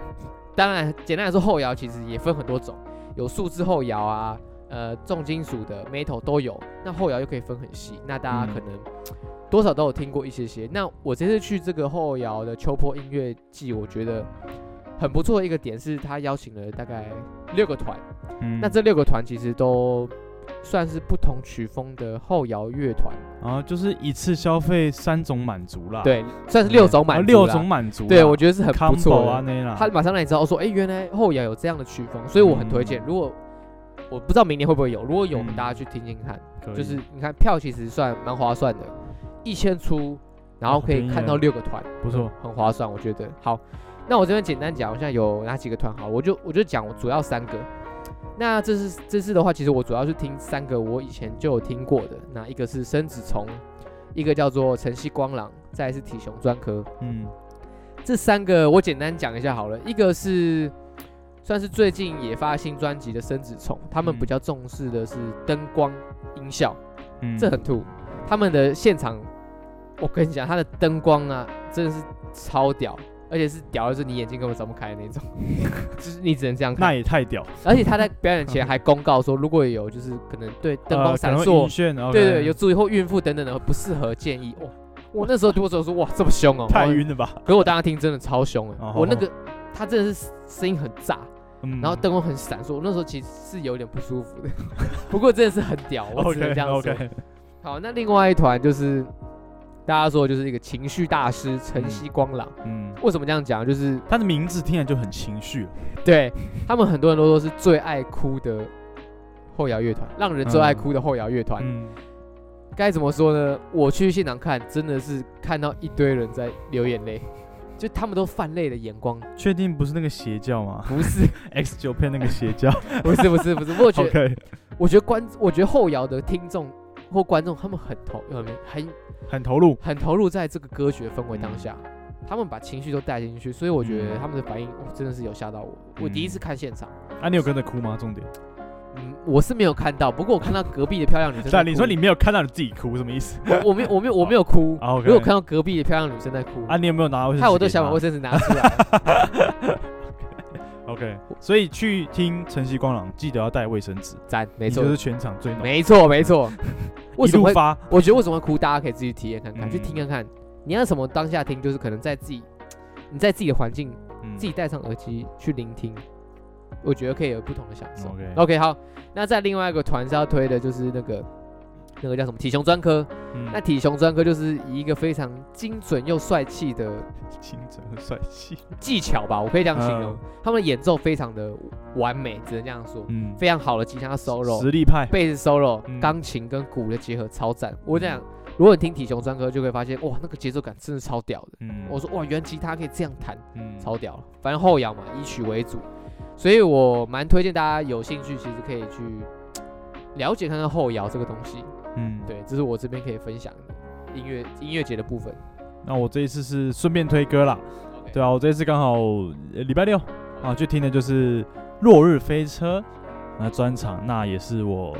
Speaker 1: 当然，简单来说，后摇其实也分很多种，有数字后摇啊，呃，重金属的 metal 都有。那后摇又可以分很细，那大家
Speaker 2: 嗯
Speaker 1: 可能多少都有听过一些些。那我这次去这个后摇的秋坡音乐季，我觉得很不错的一个点是，他邀请了大概六个团，
Speaker 2: 嗯
Speaker 1: 那这六个团其实都算是不同曲风的后摇乐团，
Speaker 2: 啊，就是一次消费三种满足啦，
Speaker 1: 对，算
Speaker 2: 嗯，
Speaker 1: 是六种满
Speaker 2: 啊
Speaker 1: 足
Speaker 2: 六
Speaker 1: 啦
Speaker 2: 种。满足啦，
Speaker 1: 对，我觉得是很不错
Speaker 2: combo
Speaker 1: 的
Speaker 2: 啊那啦，
Speaker 1: 他马上让你知道说，哎、原来后摇有这样的曲风，所以我很推荐。
Speaker 2: 嗯
Speaker 1: 如果我不知道明年会不会有，如果有，我们
Speaker 2: 嗯
Speaker 1: 大家去听听看。
Speaker 2: 可以
Speaker 1: 就是你看票其实算蛮划算的，一千出，然后可
Speaker 2: 哦便
Speaker 1: 以
Speaker 2: 宜
Speaker 1: 看到
Speaker 2: 耶
Speaker 1: 六个团，
Speaker 2: 不错，
Speaker 1: 很划算，我觉得。好，那我这边简单讲一下有哪几个团好了，我就我就讲我主要三个。那这次这次的话，其实我主要是听三个我以前就有听过的，那一个是生子虫，一个叫做晨曦光朗，再来是体雄专科，
Speaker 2: 嗯
Speaker 1: 这三个我简单讲一下好了，一个是算是最近也发新专辑的生子虫，他们
Speaker 2: 嗯
Speaker 1: 比较重视的是灯光音效，
Speaker 2: 嗯，
Speaker 1: 这很酷。他们的现场，我跟你讲，他的灯光啊，真的是超屌，而且是屌，就是你眼睛根本睁不开的 那种，就是你只能这样
Speaker 2: 那
Speaker 1: 看。
Speaker 2: 也太屌，
Speaker 1: 而且他在表演前还公告说，如果有就是可能对灯光
Speaker 2: 呃
Speaker 1: 闪
Speaker 2: 可能会
Speaker 1: 烁
Speaker 2: 晕，眩，OK
Speaker 1: 对对，有注意或孕妇等等的不适合建议。哇，我那时候读的时候说，哇，这么凶哦，
Speaker 2: 太
Speaker 1: 我
Speaker 2: 晕了吧，
Speaker 1: 可是我当时听真的超凶哎、
Speaker 2: 哦
Speaker 1: 我那个他真的是声音很炸，
Speaker 2: 嗯
Speaker 1: 然后灯光很闪烁，我那时候其实是有点不舒服的， 不过真的是很屌，我只能
Speaker 2: OK
Speaker 1: 这样说。
Speaker 2: OK，
Speaker 1: 好，那另外一团就是大家说就是一个情绪大师晨曦光朗，
Speaker 2: 嗯，
Speaker 1: 为什么这样讲？就是
Speaker 2: 他的名字听起来就很情绪了，
Speaker 1: 对他们很多人都说是最爱哭的后摇乐团，让人最爱哭的后摇乐团。
Speaker 2: 嗯，
Speaker 1: 该怎么说呢？我去现场看，真的是看到一堆人在流眼泪，就他们都泛泪的眼光，
Speaker 2: 确定不是那个邪教 吗
Speaker 1: 不是
Speaker 2: ？X 九片那个邪教
Speaker 1: 不是不是不是， 不过我觉得
Speaker 2: ，OK，
Speaker 1: 我觉得观，我觉得后摇的听众或观众，他们很投，很很
Speaker 2: 很投入，
Speaker 1: 很投入在这个歌曲的氛围
Speaker 2: 嗯
Speaker 1: 当下，他们把情绪都带进去，所以我觉得他们的反应，哦、真的是有吓到我。我第一次看现场，
Speaker 2: 啊，你有跟着哭吗？重点，
Speaker 1: 嗯，我是没有看到，不过我看到隔壁的漂亮女生在
Speaker 2: 但
Speaker 1: 哭。
Speaker 2: 啊你说你没有看到你自己哭，什么意思？
Speaker 1: 我，我没有，我没有，我没有哭，
Speaker 2: 啊，OK，
Speaker 1: 我有看到隔壁的漂亮女生在哭，
Speaker 2: 啊，你有没有拿卫生纸给他？
Speaker 1: 害我都想把卫生纸拿出 来。
Speaker 2: OK，所以去听晨曦光朗，记得要带卫生纸，
Speaker 1: 赞，没
Speaker 2: 你
Speaker 1: 错
Speaker 2: 就，是全场最暖，
Speaker 1: 没错，没错。为
Speaker 2: 一
Speaker 1: 什么
Speaker 2: 路
Speaker 1: 会？
Speaker 2: 发，
Speaker 1: 我觉得为什么会哭，大家可以自己体验看看，
Speaker 2: 嗯
Speaker 1: 去听看看。你要什么当下听，就是可能在自己，你在自己的环境
Speaker 2: 嗯
Speaker 1: 自己戴上耳机去聆听，我觉得可以有不同的享受。
Speaker 2: 嗯 OK
Speaker 1: OK，好，那在另外一个团是要推的就是那个那个叫什么体雄专科，
Speaker 2: 嗯
Speaker 1: 那体雄专科就是以一个非常精准又帅气的
Speaker 2: 清澈和帅气，
Speaker 1: 技巧吧，我可以这样形容，
Speaker 2: 嗯
Speaker 1: 他们的演奏非常的完美，只能这样说，
Speaker 2: 嗯，
Speaker 1: 非常好的吉他 solo，
Speaker 2: 实力派，
Speaker 1: 贝斯 solo
Speaker 2: 嗯、
Speaker 1: 钢琴跟鼓的结合超赞。我讲，如果你听体雄专科，就会发现哇，那个节奏感真的超屌的。
Speaker 2: 嗯，
Speaker 1: 我说哇，原来吉他可以这样弹，
Speaker 2: 嗯
Speaker 1: 超屌了。反正后摇嘛，以曲为主，所以我蛮推荐大家有兴趣，其实可以去嘖了解看看后摇这个东西。
Speaker 2: 嗯，
Speaker 1: 对，这是我这边可以分享的音乐音乐节的部 分。
Speaker 2: 那我这一次是顺便推歌啦，对啊，我这一次刚好呃礼拜六啊去听的就是《落日飞车》那专场，那也是我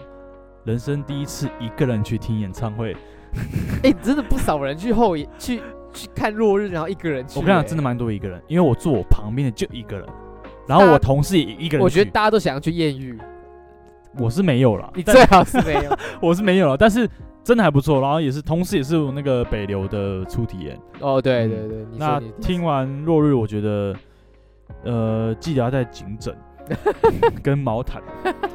Speaker 2: 人生第一次一个人去听演唱会。
Speaker 1: 哎、真的不少人去后摇 去去看落日，然后一个人去、
Speaker 2: 我跟你讲，
Speaker 1: 欸
Speaker 2: 真的。蛮多一个人，因为我坐我旁边的就一个人，然后我同事也一个人去。
Speaker 1: 我觉得大家都想要去艳遇，
Speaker 2: 我是没有啦，
Speaker 1: 你
Speaker 2: 但
Speaker 1: 最好是没有。
Speaker 2: 我是没有了，但是真的还不错。然后也是，同时也是我那个北流的初体验。
Speaker 1: 哦，对
Speaker 2: 嗯
Speaker 1: 对对，你说
Speaker 2: 那
Speaker 1: 你第一
Speaker 2: 听完落日，我觉得，呃，记得要带颈 枕跟毛毯，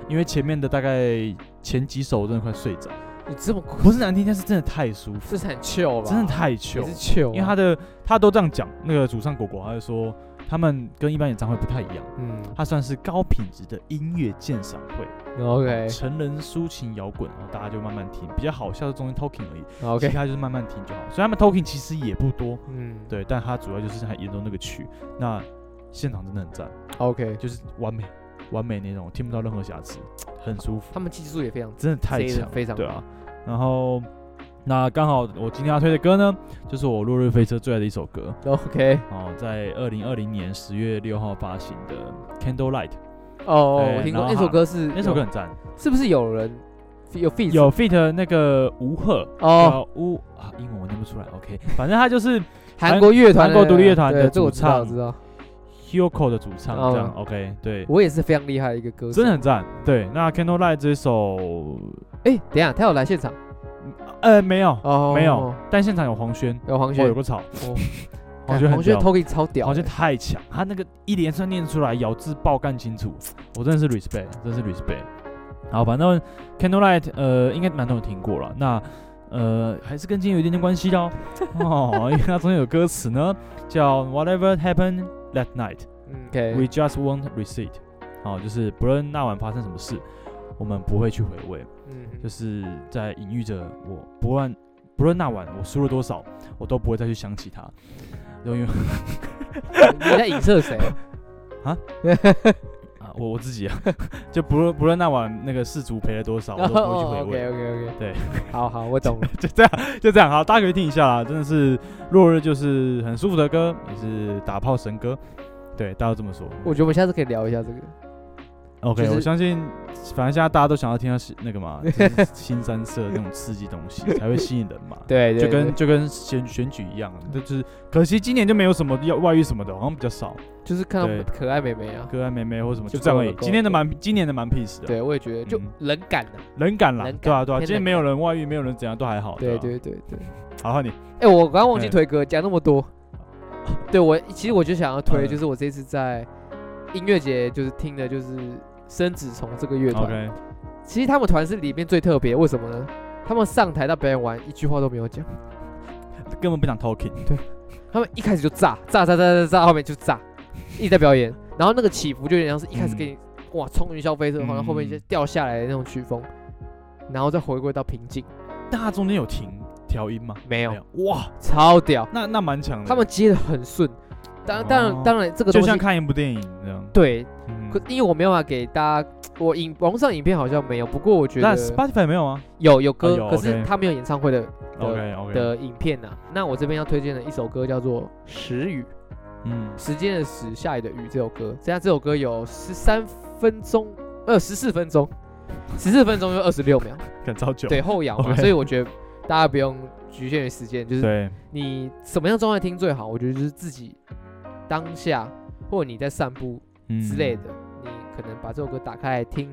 Speaker 2: 因为前面的大概前几首我真的快睡着，
Speaker 1: 你这么酷，
Speaker 2: 不是难听，但是真的太舒服，
Speaker 1: 这是很 chill 吧？
Speaker 2: 真的太糗啊
Speaker 1: 也是。chill，啊
Speaker 2: 因为他的他都这样讲，那个主唱果果他就说，他们跟一般演唱会不太一样，
Speaker 1: 嗯
Speaker 2: 它算是高品质的音乐鉴赏会，
Speaker 1: ，OK
Speaker 2: 成人抒情摇滚，然后大家就慢慢听，比较好笑的中间 talking 而已。其
Speaker 1: OK，
Speaker 2: 他就是慢慢听就好。所以他们 talking 其实也不多，
Speaker 1: 嗯，
Speaker 2: 对，但他主要就是他演奏那个曲，那现场真的很赞，
Speaker 1: ，OK，
Speaker 2: 就是完美完美那种，听不到任何瑕疵，很舒服，
Speaker 1: 他们技术也非常
Speaker 2: 真的太
Speaker 1: 贼得
Speaker 2: 强了，
Speaker 1: 非常
Speaker 2: 对啊。然后那刚好我今天要推的歌呢，就是我落日飞车最爱的一首歌
Speaker 1: OK，
Speaker 2: 哦，在二零二零年十月六号发行的《Candlelight》
Speaker 1: 哦，
Speaker 2: 对
Speaker 1: 我听过
Speaker 2: 然后
Speaker 1: 那首歌是
Speaker 2: 那首歌很赞，
Speaker 1: 是不是有人有 feat
Speaker 2: 有 feat 那个吴赫。
Speaker 1: 哦，
Speaker 2: 呃乌啊，英文我念不出来，OK，反正他就是
Speaker 1: 韩国乐团的，
Speaker 2: 韩国独立乐团
Speaker 1: 对
Speaker 2: 的
Speaker 1: 这我
Speaker 2: 主
Speaker 1: 知道，
Speaker 2: 唱
Speaker 1: 我知道，
Speaker 2: Hyoko 的主唱这样、
Speaker 1: 嗯
Speaker 2: o k 对，
Speaker 1: 我也是非常厉害的一个歌手，
Speaker 2: 真的很赞。对，那《Candlelight》这首，
Speaker 1: 哎，等一下他有来现场
Speaker 2: 呃，没有，
Speaker 1: 哦，
Speaker 2: 没有，但现场有黄轩，
Speaker 1: 有黄
Speaker 2: 哦，
Speaker 1: 轩
Speaker 2: 有，个草，
Speaker 1: 哦
Speaker 2: 黄
Speaker 1: 干
Speaker 2: 轩
Speaker 1: 黄
Speaker 2: 很
Speaker 1: 轩
Speaker 2: 屌，
Speaker 1: 投给超屌欸
Speaker 2: 黄
Speaker 1: 的，
Speaker 2: 轩太强，他那个一连串念出来，咬字爆干清楚，我真的是 respect，真是 respect。好，反正《Candlelight》呃，应该蛮多人听过了，那。呃，还是跟今天有一点点关系 的哦，哦，因为它中间有歌词呢，叫 Whatever happened that night，
Speaker 1: 嗯，OK，
Speaker 2: We just won't receipt，好、就是不论那晚发生什么事，我们不会去回味，
Speaker 1: 嗯，
Speaker 2: 就是在隐喻着我不论不论那晚我输了多少，我都不会再去想起它。因为
Speaker 1: 嗯你在影射谁？
Speaker 2: 啊，我我自己啊， 就不论不论那晚那个事主赔了多少，我都不会 去回味。
Speaker 1: 哦 OK OK OK，
Speaker 2: 对，
Speaker 1: 好好，我懂了。
Speaker 2: 就这样，就这样，好，大家可以听一下啦，真的是落日就是很舒服的歌，也是打炮神歌，对，大家都这么说。
Speaker 1: 我觉得我们下次可以聊一下这个。
Speaker 2: OK，、
Speaker 1: 就是
Speaker 2: 我相信，反正现在大家都想要听到是那 个嘛，就是新三色那种刺激东西才会吸引人嘛。
Speaker 1: 对嗯对
Speaker 2: 就跟就跟选选举一样，啊就是可惜今年就没有什么要外遇什么的，好像比较少，
Speaker 1: 就是看
Speaker 2: 对
Speaker 1: 到可爱妹妹啊。
Speaker 2: 哥爱妹妹或什么
Speaker 1: 就
Speaker 2: 就这样而
Speaker 1: 够
Speaker 2: 已
Speaker 1: 了。够了
Speaker 2: 今年的蛮今年的蛮 peace 的，，
Speaker 1: 对，啊我也觉得就
Speaker 2: 嗯
Speaker 1: 冷感啊的。
Speaker 2: 人感啦
Speaker 1: 人，感
Speaker 2: 对啊对啊，
Speaker 1: 偏
Speaker 2: 今年
Speaker 1: 人
Speaker 2: 没有人外遇，没有人怎样都还好。
Speaker 1: 对
Speaker 2: 对
Speaker 1: 对
Speaker 2: 啊，
Speaker 1: 对对。
Speaker 2: 好换你，
Speaker 1: 哎，我刚刚忘记
Speaker 2: 嗯
Speaker 1: 推歌，讲那么多。 对我其实我就想要推，
Speaker 2: 嗯
Speaker 1: 就是我这次在音乐节就是听的就是生子虫这个乐团。
Speaker 2: OK，
Speaker 1: 其实他们团是里面最特别，为什么呢？他们上台到表演完一句话都没有讲，
Speaker 2: 根本不想 talking，
Speaker 1: 他们一开始就炸炸炸炸炸炸，后面就炸，一直在表演。然后那个起伏就有点像是一开始给你、哇冲云霄飞车，然后后面就
Speaker 2: 嗯
Speaker 1: 掉下来的那种曲风，然后再回归到平静。
Speaker 2: 但他中间有停调音吗？
Speaker 1: 没有，
Speaker 2: 有，哇，
Speaker 1: 超屌，
Speaker 2: 那那蛮强的。
Speaker 1: 他们接的很顺。当然，当
Speaker 2: 嗯哦
Speaker 1: 然，当然，这个
Speaker 2: 就
Speaker 1: 东西
Speaker 2: 像看一部电影这样，
Speaker 1: 对，
Speaker 2: 嗯
Speaker 1: 可因为我没有办法给大家，我影网上影片好像没有，不过我觉
Speaker 2: 但
Speaker 1: 得
Speaker 2: Spotify 没有啊
Speaker 1: 有有
Speaker 2: 啊
Speaker 1: 歌，
Speaker 2: 有
Speaker 1: 可是
Speaker 2: OK
Speaker 1: 他没有演唱会的
Speaker 2: ？OK OK，
Speaker 1: 的影片呐、啊那我这边要推荐的一首歌叫做《时雨》，
Speaker 2: 嗯，
Speaker 1: 时间的时，下雨的雨这首歌，这样这首歌有十三分钟，呃，十四分钟，十四分钟又二十六 秒，
Speaker 2: 赶超久，
Speaker 1: 对后摇嘛，
Speaker 2: OK
Speaker 1: 所以我觉得大家不用局限于时间，就是
Speaker 2: 对。
Speaker 1: 你什么样状态听最好？我觉得就是自己当下，或者你在散步
Speaker 2: 嗯
Speaker 1: 之类的，你可能把这首歌打开来听，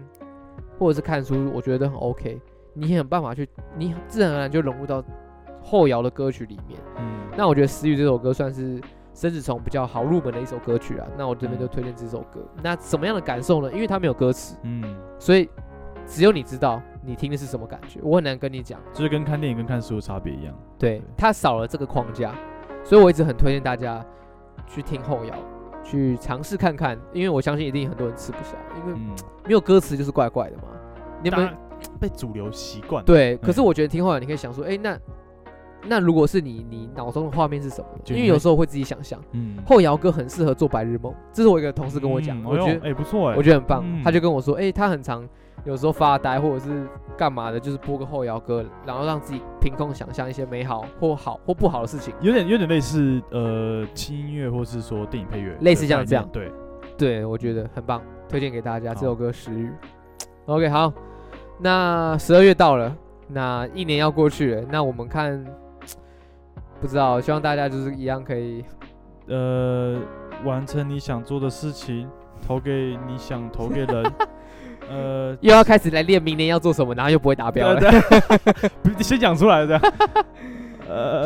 Speaker 1: 或者是看书，我觉得都很 OK。你很有办法去，你自然而然就融入到后摇的歌曲里面。
Speaker 2: 嗯。嗯，
Speaker 1: 那我觉得《私语》这首歌算是生死虫比较好入门的一首歌曲啊。那我这边就推荐这首歌。那什么样的感受呢？因为它没有歌词，
Speaker 2: 嗯，
Speaker 1: 所以只有你知道你听的是什么感觉，我很难跟你讲。
Speaker 2: 就是跟看电影跟看书的差别一样。
Speaker 1: 对，它少了这个框架，所以我一直很推荐大家去听后摇，去尝试看看，因为我相信一定很多人吃不消，因为
Speaker 2: 嗯，
Speaker 1: 没有歌词就是怪怪的嘛。你
Speaker 2: 大
Speaker 1: 们
Speaker 2: 家被主流习惯。，
Speaker 1: 对，可是我觉得听后摇你可以想说，哎、那那如果是你，你脑中的画面是什么呢？
Speaker 2: 就
Speaker 1: 因
Speaker 2: 你
Speaker 1: 为
Speaker 2: 会
Speaker 1: 有时候会自己想象。
Speaker 2: 嗯，
Speaker 1: 后摇歌很适合做白日梦，这是我一个同事跟我讲，
Speaker 2: 嗯
Speaker 1: 我觉
Speaker 2: 哎
Speaker 1: 得
Speaker 2: 呦、哎不错哎，
Speaker 1: 我觉得很棒，
Speaker 2: 嗯
Speaker 1: 他就跟我说，哎、他很常有时候发呆或者是干嘛的，就是播个后摇歌，然后让自己凭空想象一些美好或好或不好的事情。
Speaker 2: 有点有点类似呃轻音乐，或是说电影配乐的概念，
Speaker 1: 类似像这样
Speaker 2: 对，
Speaker 1: 对，我觉得很棒，推荐给大家
Speaker 2: 好
Speaker 1: 这首歌《食欲》。OK，好，那十二月到了，那一年要过去了，那我们看，不知道，希望大家就是一样可以
Speaker 2: 呃，完成你想做的事情，投给你想投给 人，呃，
Speaker 1: 又要开始来练明年要做什么，然后又不会达标了。
Speaker 2: 对，啊对 不是先讲出来的。呃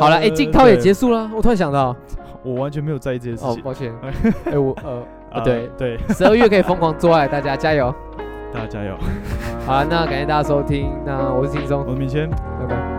Speaker 1: 好了，哎、静涛也
Speaker 2: 对
Speaker 1: 结束了，我突然想到，
Speaker 2: 我完全没有在意这些事
Speaker 1: 哦，
Speaker 2: 情。
Speaker 1: 抱歉， 哎、我呃，
Speaker 2: 啊
Speaker 1: 对
Speaker 2: 对，
Speaker 1: 十二月可以疯狂做爱，大家加油！
Speaker 2: 大家加油！
Speaker 1: 好了，那感谢大家收听，那我是轻松
Speaker 2: 我，是明谦，
Speaker 1: 拜拜。